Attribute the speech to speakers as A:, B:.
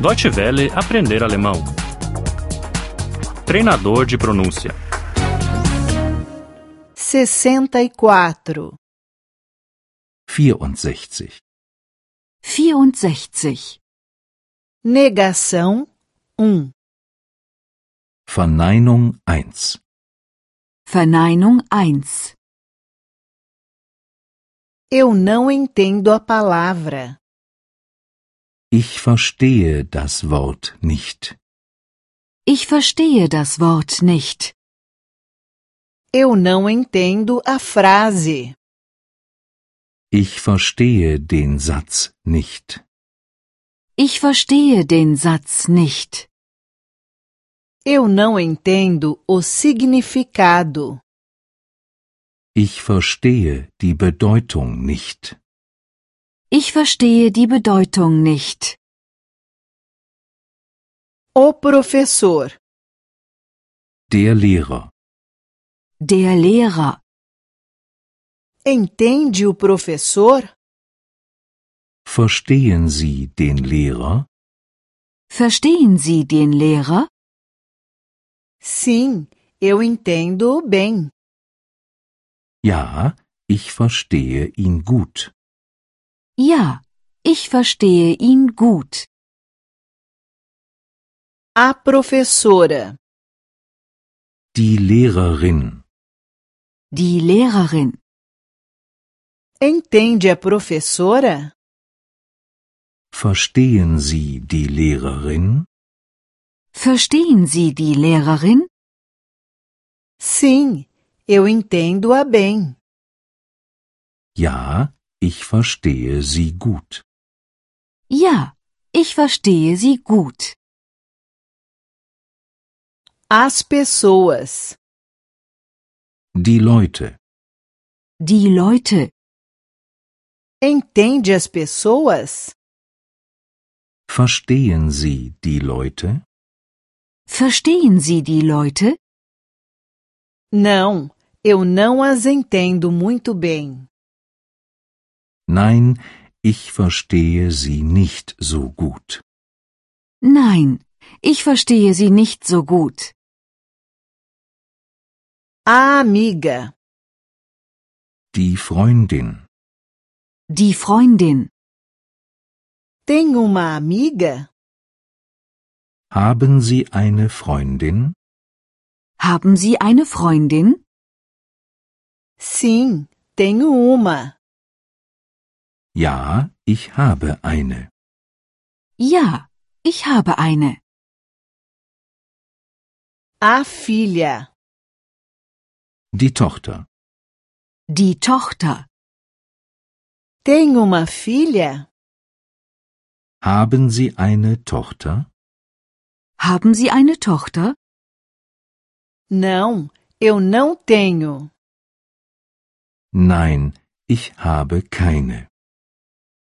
A: Deutsche Welle aprender alemão. Treinador de pronúncia.
B: 64.
C: 64.
D: 64.
B: Negação 1.
C: Verneinung 1.
D: Verneinung 1.
B: Eu não entendo a palavra.
C: Ich verstehe das Wort nicht.
D: Ich verstehe das Wort nicht.
B: Eu não entendo a frase.
C: Ich verstehe den Satz nicht.
D: Ich verstehe den Satz nicht.
B: Eu não entendo o significado.
C: Ich verstehe die Bedeutung nicht.
D: Ich verstehe die Bedeutung nicht.
B: O professor.
C: Der Lehrer.
D: Der Lehrer.
B: Entende o professor?
C: Verstehen Sie den Lehrer?
D: Verstehen Sie den Lehrer?
B: Sim, eu entendo bem.
C: Ja, ich verstehe ihn gut.
D: Ja, ich verstehe ihn gut.
B: A professora.
C: Die Lehrerin.
D: Die Lehrerin.
B: Entende a professora?
C: Verstehen Sie die Lehrerin?
D: Verstehen Sie die Lehrerin?
B: Sim, eu entendo-a bem.
C: Ja, ich verstehe sie gut.
D: Ja, ich verstehe sie gut.
B: As pessoas.
C: Die Leute.
D: Die Leute.
B: Entende as pessoas?
C: Verstehen Sie die Leute?
D: Verstehen Sie die Leute?
B: Não, eu não as entendo muito bem.
C: Nein, ich verstehe sie nicht so gut.
D: Nein, ich verstehe sie nicht so gut.
B: A Ah, amiga.
C: Die Freundin.
D: Die Freundin.
B: Tem uma amiga?
C: Haben Sie eine Freundin?
D: Haben Sie eine Freundin?
B: Sim, tenho uma.
C: Ja, ich habe eine.
D: Ja, ich habe eine.
B: A filha.
C: Die Tochter.
D: Die Tochter.
B: Tem uma filha?
C: Haben Sie eine Tochter?
D: Haben Sie eine Tochter?
B: Não, eu não tenho.
C: Nein, ich habe keine.